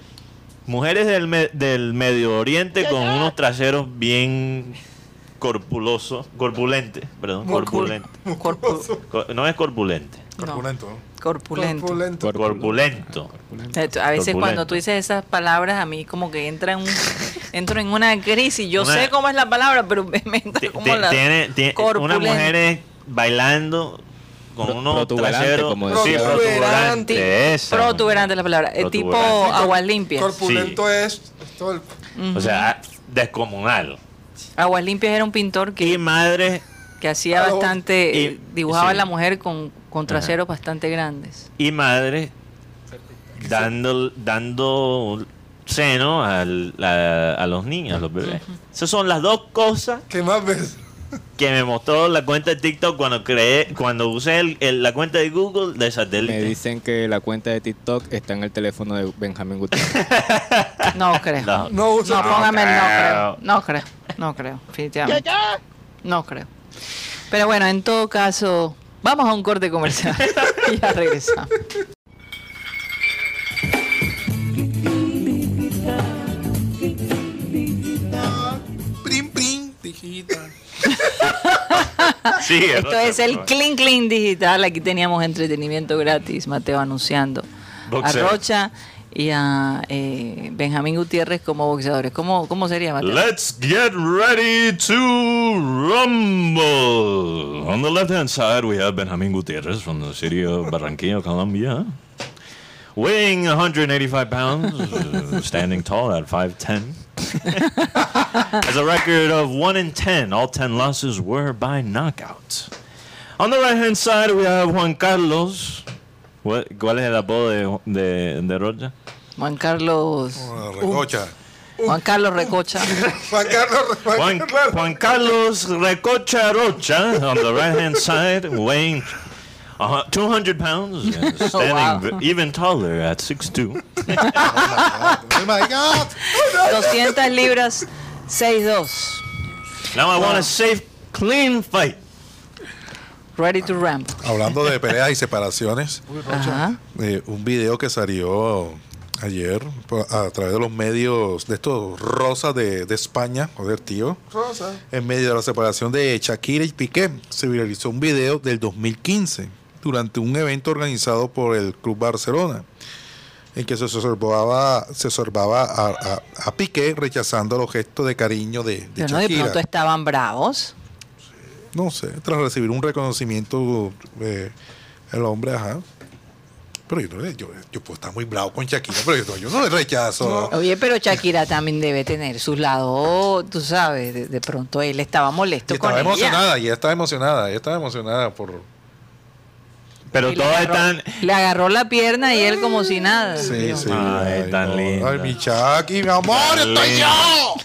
Mujeres del, me- del Medio Oriente con unos traseros bien corpulosos, corpulentes, perdón, Muy corpulentes. Corpu- Cor- no es corpulente, no, Corpulento. corpulento. Corpulento. corpulento. Eh, A veces Corpulento. cuando tú dices esas palabras a mí como que entra en [laughs] un, entro en una crisis. Yo Una- sé cómo es la palabra, pero me, me entra Ti- como ti- la tiene, tiene unas corpulento. mujeres bailando con Pro- unos protuberante, traseros como decía. Sí, protuberante, Ti- esa, protuberante la palabra, eh, tipo Protuberante. aguas limpias. Corpulento es, es todo el- O sea, descomunal. Aguas limpias era un pintor Y que madres que hacía Claro. bastante, Y- eh, dibujaba a sí. la mujer con, con traseros bastante grandes. y madres dando, dando seno al- a, a los niños, a los bebés. Esas son las dos cosas ¿Qué más ves? que me mostró la cuenta de TikTok cuando creé, cuando usé el- el- la cuenta de Google de satélite. Me dicen que la cuenta de TikTok está en el teléfono de Benjamín Gutiérrez. No creo. [laughs] No. No, No uso. póngame el no creo. creo. No creo. No creo. Definitivamente. No creo. Pero bueno, en todo caso, vamos a un corte comercial [laughs] y ya regresamos. Prim, prim, tijita. Sí, Esto otra, es el otra. Clean Clean Digital. Aquí teníamos entretenimiento gratis, Mateo anunciando Boxeo. a Rocha y a eh, Benjamín Gutiérrez como boxeadores. ¿Cómo, cómo sería, Mateo? Let's get ready to rumble. On the left hand side, we have Benjamin Gutierrez from the city of Barranquilla, Colombia. Weighing 185 pounds, [laughs] uh, standing tall at 5'10. [laughs] Has a record of 1 in 10. All 10 losses were by knockout. On the right hand side, we have Juan Carlos. What, ¿Cuál es el apodo de, de, de Rocha? Juan Carlos. Recocha. Juan Carlos Recocha. Juan Carlos. Juan Juan, Carlos. Juan Carlos Recocha Rocha on the right hand side, weighing uh, 200 [laughs] pounds, and standing Oh, wow. v- even taller at 6'2. Oh my God. 200 libras, 6'2. Now I want a safe, clean fight. Ready to ramp. Hablando [laughs] de peleas y separaciones, Ajá. eh, un video que salió ayer po- a través de los medios de estos rosas de, de España, joder, tío. Rosa. En medio de la separación de Shakira y Piqué, se viralizó un video del 2015 durante un evento organizado por el Club Barcelona, en que se sorbaba, se sorbaba a, a- a Piqué rechazando los gestos de cariño de, de Pero no, de Shakira. pronto estaban bravos. No sé, tras recibir un reconocimiento, eh, el hombre, ajá. Pero yo, no le- yo, yo puedo estar muy bravo con Shakira, pero yo, no- yo no le rechazo. Oye, pero Shakira también debe tener sus lados, tú sabes, de, de pronto él estaba Y molesto con estaba ella. emocionada, y ella estaba emocionada, ella estaba emocionada por... Pero Y le, todos agarró, están. le agarró la pierna y él como si nada. Sí, sí. Ay, tan linda. Ay, mi Shaki, mi amor, Tan estoy linda. yo.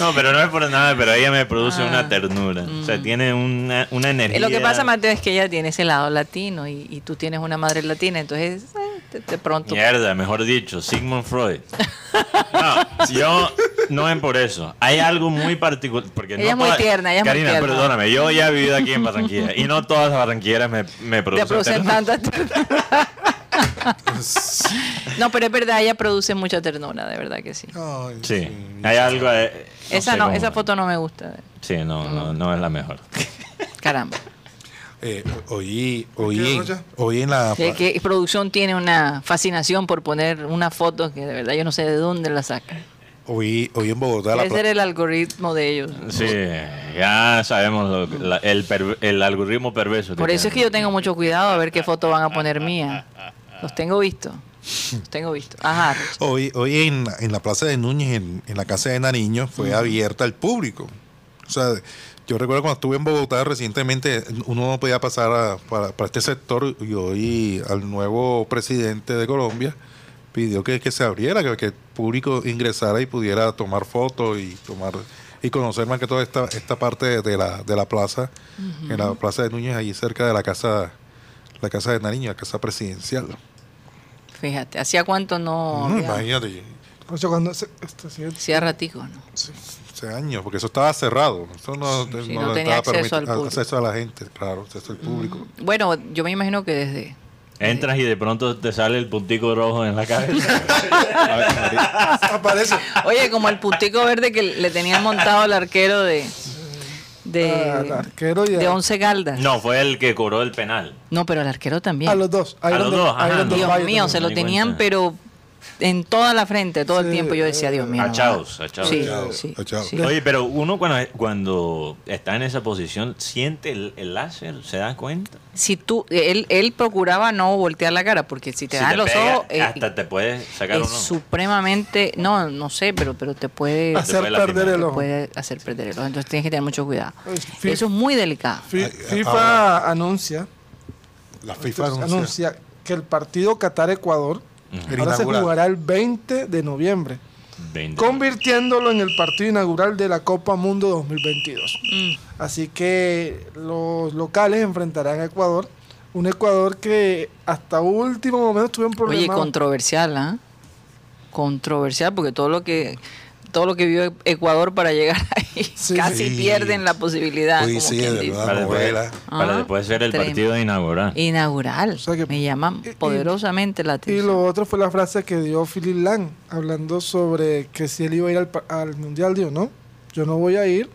No, pero no es por nada, pero ella me produce una ternura. O sea, tiene una, una energía. Eh, Ah. Mm. Lo que pasa, Mateo, es que ella tiene ese lado latino y, y tú tienes una madre latina, entonces eh, de, de pronto... Mierda, mejor dicho, Sigmund Freud. [laughs] No, yo no es por eso. Hay algo muy particular. Porque Ella es no muy toda- tierna, ella es muy Karina, tierna. perdóname, yo ya he vivido aquí en Barranquilla y no todas las barranquilleras me, me Te producen. producen ternura. [laughs] tanta ternura. no, pero es verdad, ella produce mucha ternura, de verdad que sí. Ay, Sí, hay algo. eh, esa sé no, cómo. esa foto no me gusta. Sí, no, no, no es [laughs] la mejor. Caramba. Eh, oí, oí, ¿Qué, Rocha? oí en Ah, la... Que, que producción tiene una fascinación por poner una foto que de verdad yo no sé de dónde la saca. Oí, oí en Bogotá la... Debe ser pla- el algoritmo de ellos. Sí, ya sabemos lo que- la- el, per- el algoritmo perverso. Por eso es que tienen. yo tengo mucho cuidado a ver qué foto van a poner mía. Los tengo visto. Los tengo visto. Ajá. Rocha. Hoy, hoy en, en la Plaza de Núñez, en, en la Casa de Nariño, fue abierta al público. O sea, yo recuerdo cuando estuve en Bogotá recientemente, uno no podía pasar a- para, para este sector y hoy al nuevo presidente de Colombia pidió que, que se abriera, que, que el público ingresara y pudiera tomar fotos y tomar y conocer más que toda esta, esta parte de, de la, de la plaza, en la Plaza de Núñez, allí cerca de la casa, la casa de Nariño, la casa presidencial. Fíjate, ¿hacía cuánto no? No, había- imagínate, Rocha, cuando se- este, sí, el- Hacía ratico, ¿no? hace años, porque eso estaba cerrado. Eso no, sí, no no le tenía estaba acceso al permiti- público. acceso a la gente, claro, acceso al público. Bueno, yo me imagino que desde... Entras y de pronto te sale el puntico rojo en la [laughs] cabeza. Aparece. Oye, como el puntico verde que le tenían montado al arquero de... Ah, al De, arquero y a- de Once Galdas. No, fue el que cobró el penal. No, pero el arquero también. [laughs] A los dos. Ahí A los donde- dos, ahí ajá, donde los Dios fallo mío, también. se lo me di tenían, cuenta. pero en toda la frente, todo el Sí, tiempo. Yo decía, Dios mío. no. Achaos, achaos. Sí, Achaos, sí, achaos. sí. Oye, pero uno cuando, cuando está en esa posición, ¿siente el, el láser? ¿Se da cuenta? Si tú, él, él procuraba no voltear la cara, porque si te Si dan los pega, ojos, eh, Hasta te puedes sacar es uno. supremamente, no, no sé, pero, pero te puede, Ah, sí, Hacer fue la perder primera. el te ojo. puede hacer perder el ojo. Entonces tienes que tener mucho cuidado. Es fi- Eso es muy delicado. Fi- Ah, FIFA anuncia, Mm. La FIFA anuncia. anuncia que el partido Qatar-Ecuador El ahora se inaugural. jugará el 20 de noviembre, 20. convirtiéndolo en el partido inaugural de la Copa Mundo 2022. Así que los locales enfrentarán a Ecuador, un Ecuador que hasta último momento estuvo en Oye, problemas. controversial, ¿ah? Controversial, porque todo lo que todo lo que vio Ecuador para llegar [laughs] ahí Sí, casi sí. pierden la posibilidad. Uy, como sí, quien de dice. verdad. para, novela. después, para Ah, después ser el tremendo. Eh. partido inaugural. Inaugural. sea que- me llaman y- y- poderosamente la Y atención. lo otro fue la frase que dio Philip Lang, hablando sobre que si él iba a ir al, pa- al Mundial, dijo, no, yo no voy a ir,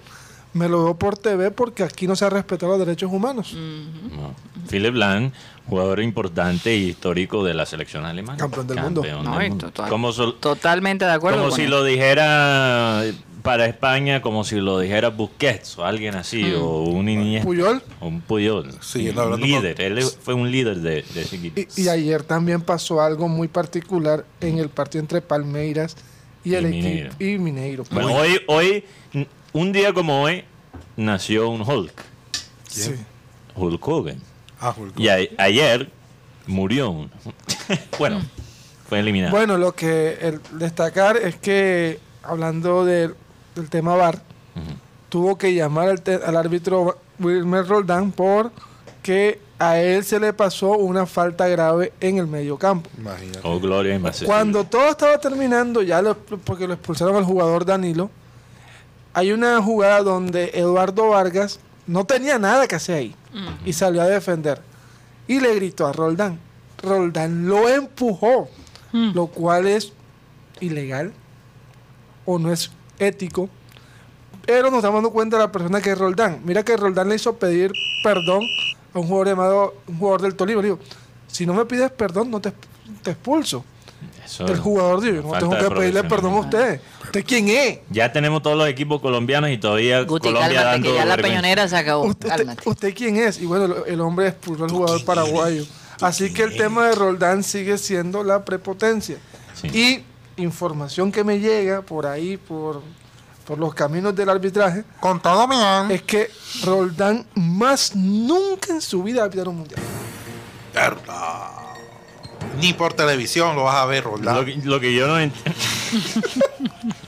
me lo veo por TV porque aquí no se han respetado los derechos humanos. No. Philip Lang, jugador importante y histórico de la selección alemana. Campeón del mundo. No, y total- Como, sol- totalmente de acuerdo. como con si él. lo dijera para España, como si lo dijera Busquets o alguien así, Mm. o un Iniesta, Puyol. o un Puyol. Sí, un hablando con- líder. Él fue un líder de, de ese equipo. Y, y ayer también pasó algo muy particular en el partido entre Palmeiras y el Y equipo Mineiro. y Mineiro. pues. Bueno, hoy, hoy, n- un día como hoy, nació un Hulk, Sí. Hulk Hogan. Ah, Hulk. Mm. Y a- ayer murió uno. [laughs] bueno, Fue eliminado. Bueno, lo que el- destacar es que, hablando del- del tema VAR, Ujú. tuvo que llamar al, te- al árbitro Wilmer Roldán porque a él se le pasó una falta grave en el mediocampo. Imagínate. Oh, gloria invasion. Cuando todo estaba terminando, ya lo- porque lo expulsaron al jugador Danilo, hay una jugada donde Eduardo Vargas no tenía nada que hacer ahí y salió a defender. Y le gritó a Roldán. Roldán lo empujó, Mm. lo cual es ilegal o no es ético. Pero nos estamos dando cuenta de la persona que es Roldán. Mira que Roldán le hizo pedir perdón a un jugador llamado, un jugador del Tolima. Le dijo, si no me pides perdón, no te, te expulso. Eso- El jugador dijo, no falta tengo de que pedirle profesionalismo. perdón a ustedes. ¿Usted quién es? Ya tenemos todos los equipos colombianos y todavía Guti, Colombia cálmate, dando que ya la vergüenza. peñonera se acabó. ¿Usted, usted- Cálmate. usted quién es? Y bueno, el- el hombre expulsó al jugador paraguayo. Así que el tema de Roldán sigue siendo la prepotencia. Sí. Y información que me llega por ahí, por, por los caminos del arbitraje, Con todo Ah. bien. es que Roldán más nunca en su vida ha pitado un mundial. Mierda. Ni por televisión lo vas a ver, Lo Roldán. que, lo que yo no entiendo.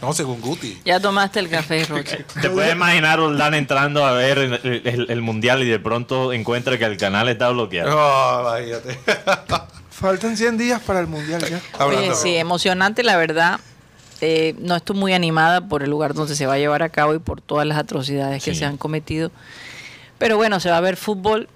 No, según Guti. Ya tomaste el [laughs] café, Rocha. Te puedes imaginar a Roldán entrando a ver el, el- el mundial y de pronto encuentra que el canal está bloqueado. No, Oh, imagínate. [laughs] Faltan 100 días para el mundial ya. Hablando. Oye, sí, emocionante, la verdad. Eh, no estoy muy animada por el lugar donde se va a llevar a cabo y por todas las atrocidades que Sí. se han cometido. Pero bueno, se va a ver fútbol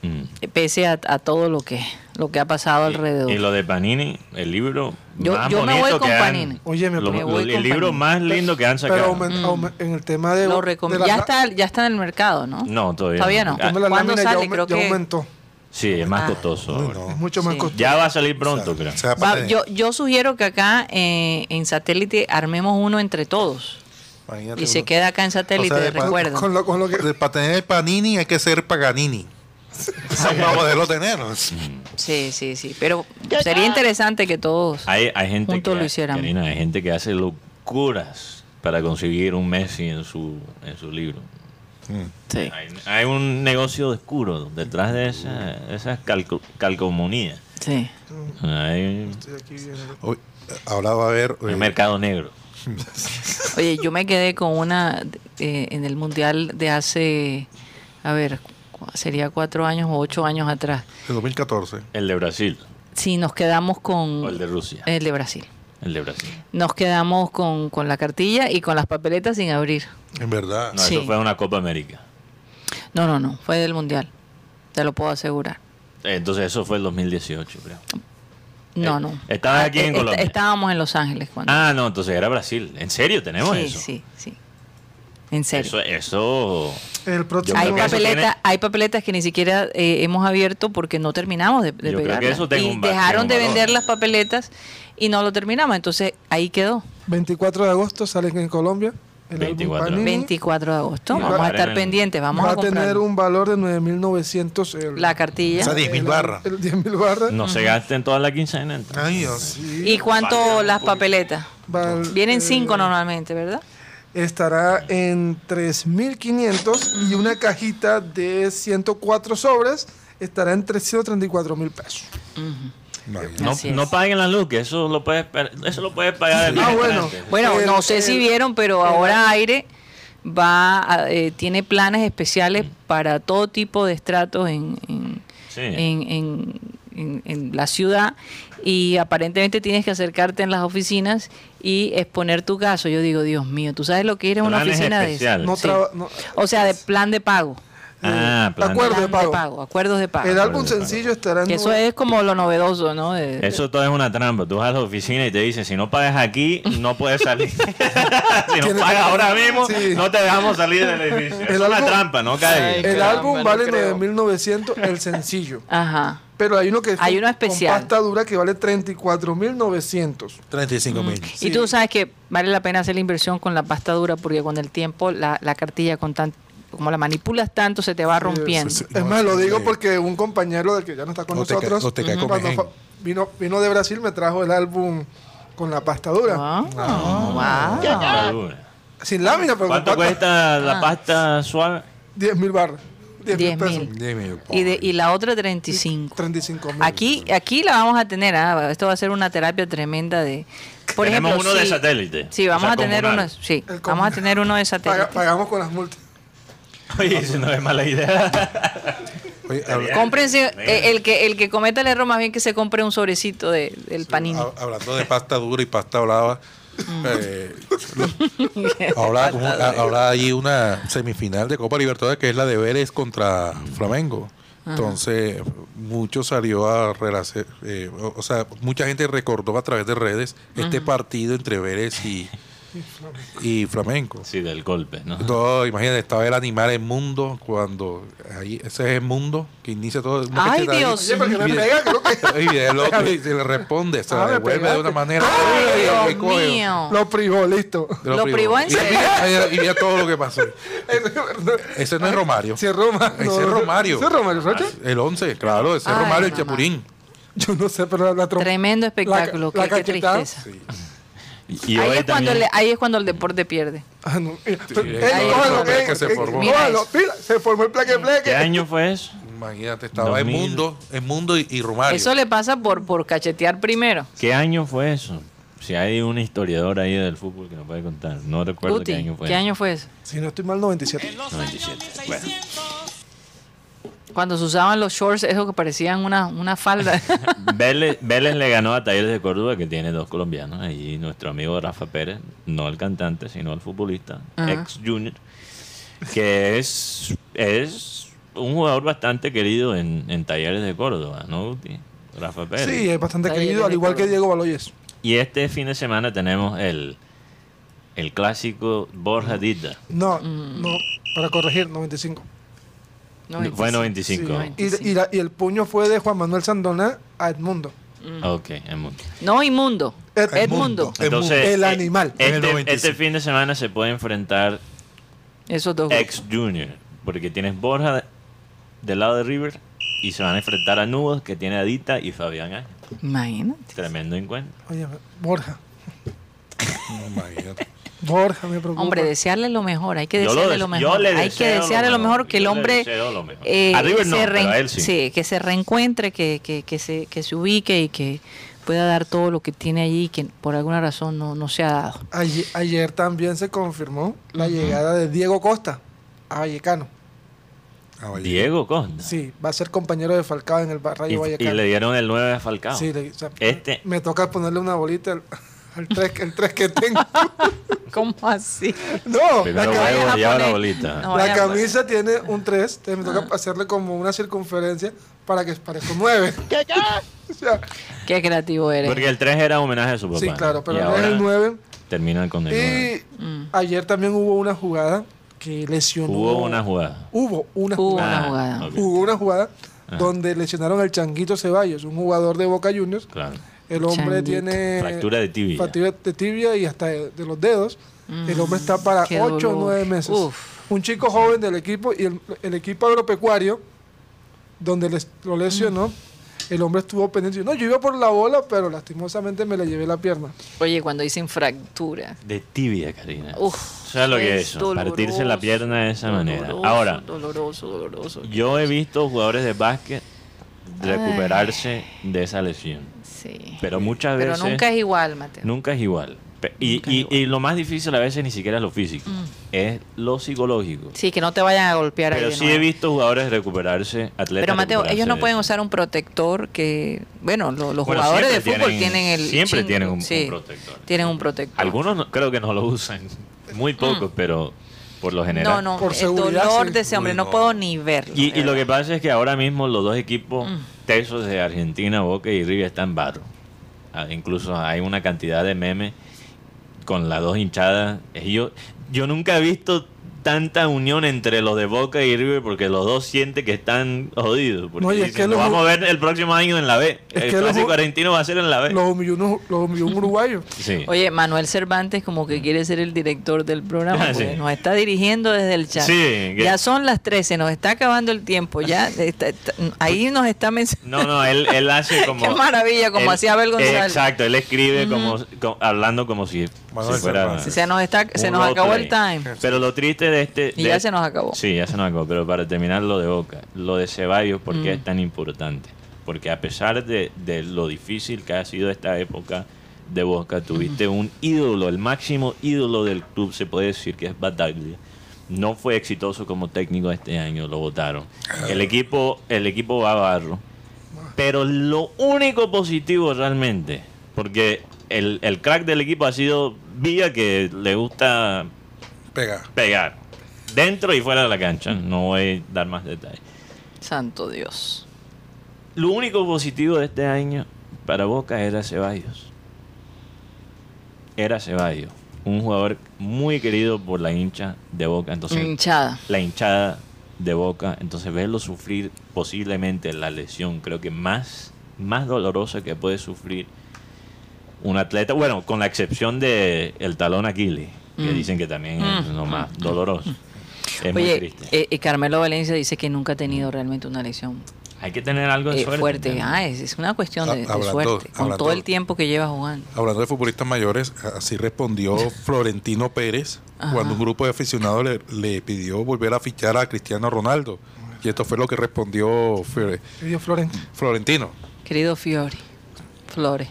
Mm. eh, pese a, a todo lo que, lo que ha pasado alrededor. Y lo de Panini, el libro Yo- más yo me bonito voy con que han- Panini. Oye, me lo- me lo- voy con el libro Panini. más lindo que han Pero sacado. aumen- aumen- en el tema Eh, de... Lo de Mm. recom- la- ya está, ya está en el mercado, ¿no? No, todavía no. no. Ah, de la ¿Cuándo lámina ya sale? aumen- Creo ya que- aumentó. Sí, es más Ah. costoso. Uy, ahora. no. Es mucho más Sí. costoso. Ya va a salir pronto, creo. Se va a Va- perder. yo, yo sugiero que acá eh, en satélite armemos uno entre todos Imagínate y se uno. queda acá en satélite, O sea, de pa- recuerda. Con lo, con lo que... De- Para tener el panini hay que ser paganini. Para poderlo tener. Sí, sí, sí. Pero sería interesante que todos. Hay, hay gente Juntos que, lo hiciéramos. Karina, hay gente que hace locuras para conseguir un Messi en su, en su libro. Sí. Hay, hay un negocio oscuro detrás de esa- esas calco- calcomanías. sí. Hay Estoy aquí viendo. Uy, Ahora va a haber. eh, un mercado negro. Oye, yo me quedé con una eh, en el mundial de hace, a ver, cu- sería cuatro años o ocho años atrás. el 2014. El de Brasil. Sí, nos quedamos con O el de Rusia. el de Brasil. El de Brasil. Nos quedamos con, con la cartilla y con las papeletas sin abrir. En verdad. No, Sí. eso fue una Copa América. No, no, no, fue del mundial. Te lo puedo asegurar. Entonces eso fue el 2018, creo. No, Eh, no. ¿estabas Ah, aquí en eh, est- Colombia? Estábamos en Los Ángeles cuando. Ah, no, entonces era Brasil. ¿En serio tenemos sí, eso? sí, sí. En serio. Eso, eso... El próximo... Yo Hay, creo que eso papeleta, tiene- hay papeletas que ni siquiera eh, hemos abierto porque no terminamos de, de Yo creo que pegarlas. eso tiene y un va- dejaron tiene de un valor. vender las papeletas y no lo terminamos. Entonces ahí quedó. 24 de agosto salen en Colombia. El 24. álbum Panini 24 de agosto. Y Vamos a va- estar en- pendientes. Vamos Mm. va a a tener comprar un valor de 9.900 euros. la cartilla. O sea, 10.000 barras. El, 10.000 barras. No se gasten toda la quincena. entonces. Ah, Ay, Dios. sí. ¿Y cuánto las papeletas? Val- Vienen eh, cinco normalmente, ¿verdad? Estará en 3.500 y una cajita de 104 sobres estará en 334 mil pesos. Imagínate. No, Así es. no paguen las luces, eso lo puedes, per- eso lo puedes pagar el mes Ah, bueno. antes. Bueno, El- no sé el- si vieron, pero ahora Aire va a- eh, tiene planes especiales para todo tipo de estratos en, en- Sí. en- en- en- en la ciudad y aparentemente tienes que acercarte en las oficinas y exponer tu caso. Yo digo, Dios mío, ¿tú sabes lo que ir a una Planes oficina de especiales. No Sí. traba- no- O sea, de plan de pago. Ah, de plan- acuerdo. Plan pago. acuerdos de el pago. álbum sencillo estará en Que eso nue- es como lo novedoso, ¿no? De- Eso todo es una trampa. Tú vas a la oficina y te dicen, si no pagas aquí, no puedes salir. [laughs] si no Tienes- pagas ahora mismo, Sí. no te dejamos salir del edificio. El es una álbum- trampa, no caes. El Caramba, álbum no vale creo. 9.900 [laughs] el sencillo. Ajá. Pero hay uno que es Hay con- uno especial. con pasta dura que vale 34.900. 35 mil. Y tú sabes que vale la pena hacer la inversión con la pasta dura porque con el tiempo la, la cartilla con tan, como la manipulas tanto se te va rompiendo. sí, sí. Es más, lo digo porque un compañero del que ya no está con No te ca- nosotros, no te cae cuando con Mejen. fa- vino, vino de Brasil, me trajo el álbum con la pasta dura. Wow. Wow. Está dura. Sin lámina, pero ¿Cuánto con Ah. cuesta la pasta suave? 10 mil barras. 10.000 pesos. Y, de, y la otra 35. 35 mil. Aquí, aquí la vamos a tener, ah, esto va a ser una terapia tremenda de... Por Tenemos ejemplo, uno de sí, satélite. Sí, o vamos sea, a tener comunal. uno, sí, El vamos a comunal. tener uno de satélite. Paga- pagamos con las multas. [laughs] Oye, eso no es mala idea. Oye, habla- Cómprense, Mira. eh, el que, el que cometa el error más bien que se compre un sobrecito de, del panini. hab- hablando de pasta dura y pasta blava. [laughs] eh, lo- ahora, como- a- ahora hay una semifinal de Copa Libertadores que es la de Vélez contra Flamengo. Entonces, mucho salió a relacer, eh, o, o sea, mucha gente recordó a través de redes este partido entre Vélez y, y Flamengo. [laughs] Sí, del golpe, ¿no? No, imagínate, estaba el animal en mundo cuando ahí, ese es el mundo que inicia todo. uno que Ay, está ahí. Dios. Oye, porque me pega, creo que Y el otro y se le responde, se Ah, la me devuelve de pegaste. una manera. Ay, Ay, Dios ay, coño. mío. lo privó, listo. Te Lo privó en Y mira, y mira todo lo que pasó. Ese no es Romario. Si es Roma. Ese es Romario. ¿Ese es Romario Rocha? El 11, claro, ese es Ay, Romario el mamá. Chapurín. Yo no sé, pero la trompa. Tremendo espectáculo, la qué- qué, cachetada. tristeza. Y, y Ahí hoy es, cuando también- el, ahí es cuando el deporte pierde. Ah, no. Mira, ahí eh, cójalo, es eh, que se eh, formó. Mira cójalo. eso. Mira, se formó el plaque ¿Qué plaque. año fue eso? Imagínate, estaba el 2000. mundo, el mundo y, y Romario. Eso le pasa por, por cachetear primero. ¿Qué año fue eso? Si hay un historiador ahí del fútbol que nos puede contar. No recuerdo Guti, qué año fue. ¿qué año fue eso? Si no estoy mal, 97. 97. Bueno, Cuando se usaban los shorts, eso que parecían una, una [laughs] falda. Vélez, Vélez le ganó a Talleres de Córdoba, que tiene dos colombianos. Allí nuestro amigo Rafa Pérez, no el cantante, sino el futbolista, Ajá. ex junior, que es, es un jugador bastante querido en, en Talleres de Córdoba, ¿no, Guti? Rafa Pérez. Sí, es bastante Ahí querido, tiene al igual todo. que Diego Baloyes. Y este fin de semana tenemos el, el clásico Borja Dita. No, no, para corregir, 95. [laughs] Fue 95. 95. Sí. Y, y la- y el puño fue de Juan Manuel Sandona a Edmundo. Ok, es mucho. No, Inmundo. Ed- Edmundo. El Entonces, El eh, animal. En el Este, 95. este fin de semana se puede enfrentar Esos dos. ex Junior, porque tienes Borja de- del lado de River y se van a enfrentar a Nubos, que tiene a Dita y Fabián Ángel. Imagínate. Tremendo encuentro. Oye, Borja. No, imagínate. Borja me preocupa. Hombre, desearle lo mejor, hay que Yo desearle lo lo, des- yo mejor. le Hay que deseo lo desearle lo mejor, mejor, que el yo le hombre deseo lo mejor. eh, A River no, se pero a reen- él sí. que se reencuentre, que, que, que se, que se ubique y que pueda dar todo lo que tiene allí y que por alguna razón no, no se ha dado. Ayer, ayer también se confirmó la llegada de Diego Costa a Vallecano. Ah, vaya. Diego Costa. Sí, va a ser compañero de Falcao en el Bar- Y, Rayo y Vallecano. le dieron el 9 a Falcao. Sí, le- o sea, Este- me toca ponerle una bolita al, al tres, el tres [laughs] que tengo. ¿Cómo así? no, la, Primero ca- vayas huevos a y ahora poner- bolita. No, pues. la vaya, camisa tiene un 3, entonces me toca hacerle como una circunferencia para que parezca [laughs] un 9. o sea, Qué creativo eres. Porque el 3 era homenaje a su papá. sí, claro, y pero es ahora el 9. terminan con el 9. Y Mm. ayer también hubo una jugada que lesionó. Hubo una jugada. Hubo una Hubo jugada. una jugada. Ah, ok, Hubo una jugada donde lesionaron al Changuito Ceballos, un jugador de Boca Juniors. Claro. El hombre Changuito. tiene Fractura de tibia. fractura de tibia y hasta de, de los dedos. el hombre está para Mm, qué 8 o dolor. 9 meses. Uf. Un chico joven del equipo y el, el equipo agropecuario, donde les- lo lesionó, Mm. el hombre estuvo pendiente. No, yo iba por la bola, pero lastimosamente me la llevé la pierna. Oye, cuando dicen fractura. De tibia, Karina. Uf, ¿Sabes lo que es eso? doloroso, Partirse la pierna de esa manera. doloroso, Ahora, Doloroso, doloroso. yo he visto jugadores de básquet recuperarse de esa lesión. Sí. Pero muchas Pero veces. nunca es igual, Mateo. nunca es igual. Pe- Y, Nunca y- es igual. Mm. y lo más difícil a veces ni siquiera es lo físico, es lo psicológico. Sí, que no te vayan a golpear ahí Pero de sí nuevo. he visto jugadores recuperarse, atletas. Pero Mateo, recuperarse ellos no de pueden eso. usar un protector que, bueno, lo- los Bueno, jugadores de siempre fútbol tienen- tienen el siempre chingo, tienen un- sí, un protector. Tienen un protector. Algunos no- creo que no lo usan, muy pocos, pero por lo general. Mm. No, no, Por el seguridad, dolor sí. de ese hombre Uy, no no. puedo ni verlo. Y, de y lo que verdad. pasa es que ahora mismo los dos equipos Mm. tesos de Argentina, Boca y River están barro. Ah, Incluso hay una cantidad de memes con las dos hinchadas. Eh, Yo, yo nunca he visto tanta unión entre los de Boca y River porque los dos sienten que están jodidos. Porque No, y es dicen, que "Nos los- vamos a ver el próximo año en la B. Es el que los- clásico argentino va a ser en la B. Los humilló, un- los humilló un uruguayo. Sí. Oye, Manuel Cervantes como que quiere ser el director del programa, Ah, porque sí. nos está dirigiendo desde el chat. Sí, que- Ya son las 13, nos está acabando el tiempo, ya está- está- ahí nos está mensajeando. No, no, él, [laughs] él hace como. Qué maravilla, como él- hacía Abel González. Exacto, él escribe como, co- hablando como si Manuel Si fuera- Cervantes. Si se nos, está, se Un nos road acabó el train. time. Pero lo triste de este. Y de- ya se nos acabó. Sí, ya se nos acabó. Pero para terminar lo de Boca, lo de Ceballos, ¿por qué Mm. es tan importante? Porque a pesar de, de lo difícil que ha sido esta época de Boca, tuviste un ídolo, el máximo ídolo del club, se puede decir que es Bataglia. No fue exitoso como técnico este año, lo votaron. El equipo, el equipo va a barro. Pero lo único positivo realmente, porque el, el crack del equipo ha sido Villa, que le gusta Pega. pegar dentro y fuera de la cancha. No voy a dar más detalles. Santo Dios. Lo único positivo de este año para Boca era Ceballos. Era Ceballos, un jugador muy querido por la hincha de Boca. Entonces, Hinchada. la hinchada de Boca, entonces verlo sufrir posiblemente la lesión, creo que más, más dolorosa que puede sufrir un atleta, bueno, con la excepción de el talón Aquiles, que Mm. dicen que también es Mm. lo más doloroso. Es muy Oye, triste. eh, eh, Carmelo Valencia dice que nunca ha tenido realmente una lesión Hay que tener algo de eh, suerte. fuerte. también. Ah, es, es una cuestión Ha- de, de hablando- suerte. Con hablando- todo el tiempo que lleva jugando. Hablando de futbolistas mayores, a- así respondió Florentino Pérez Ajá. cuando un grupo de aficionados le, le pidió volver a fichar a Cristiano Ronaldo. Y esto fue lo que respondió Fiore- Y Dios, Floren. Florentino. Querido Fiore. Flore.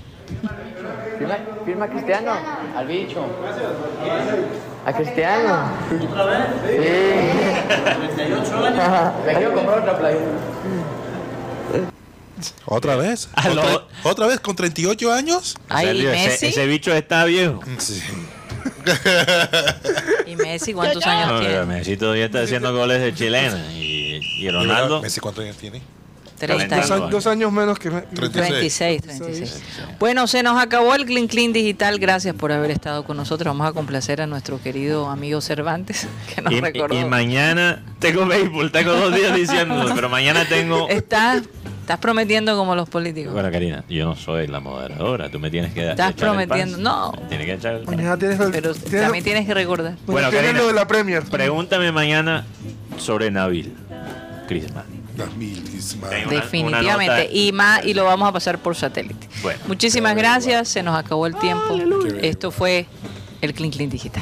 Firma, firma a Cristiano. Al bicho. A Cristiano. ¿Otra vez? [laughs] Sí. 38 [laughs] años. Me quiero comprar otra playa. ¿Otra vez? Aló. ¿Otra, otra vez con 38 años? En Ay, y serio, ese- Ah, Messi. ese bicho está viejo. Sí. ¿Y Messi cuántos años No, pero tiene? Messi todavía está haciendo goles de chilena. Y, y [laughs] Ronaldo. Messi, ¿cuántos años tiene? Treinta Dos, y- Calentando. a- dos años menos que me. 26, 36. Bueno, se nos acabó el Clean Clean Digital. Gracias por haber estado con nosotros. Vamos a complacer a nuestro querido amigo Cervantes, [laughs] que nos Y, recordó. y mañana tengo béisbol, tengo dos días diciéndolo, pero mañana [laughs] tengo estás, estás prometiendo como los políticos. Bueno, Karina, yo no soy la moderadora. Tú me tienes que dar. Estás echar el prometiendo- pan. no. Me Tienes que echar el pan. Mañana tienes el. pero tienes- también tienes que recordar. Bueno, mañana tienes Karina. lo de la Premier. Pregúntame mañana sobre Nabil Crisman. Las mismas. Tengo- una- una nota- Definitivamente. Y más, y lo vamos a pasar por satélite. Bueno. Muchísimas gracias. Se nos acabó el tiempo. Esto fue el Clean Clean Digital.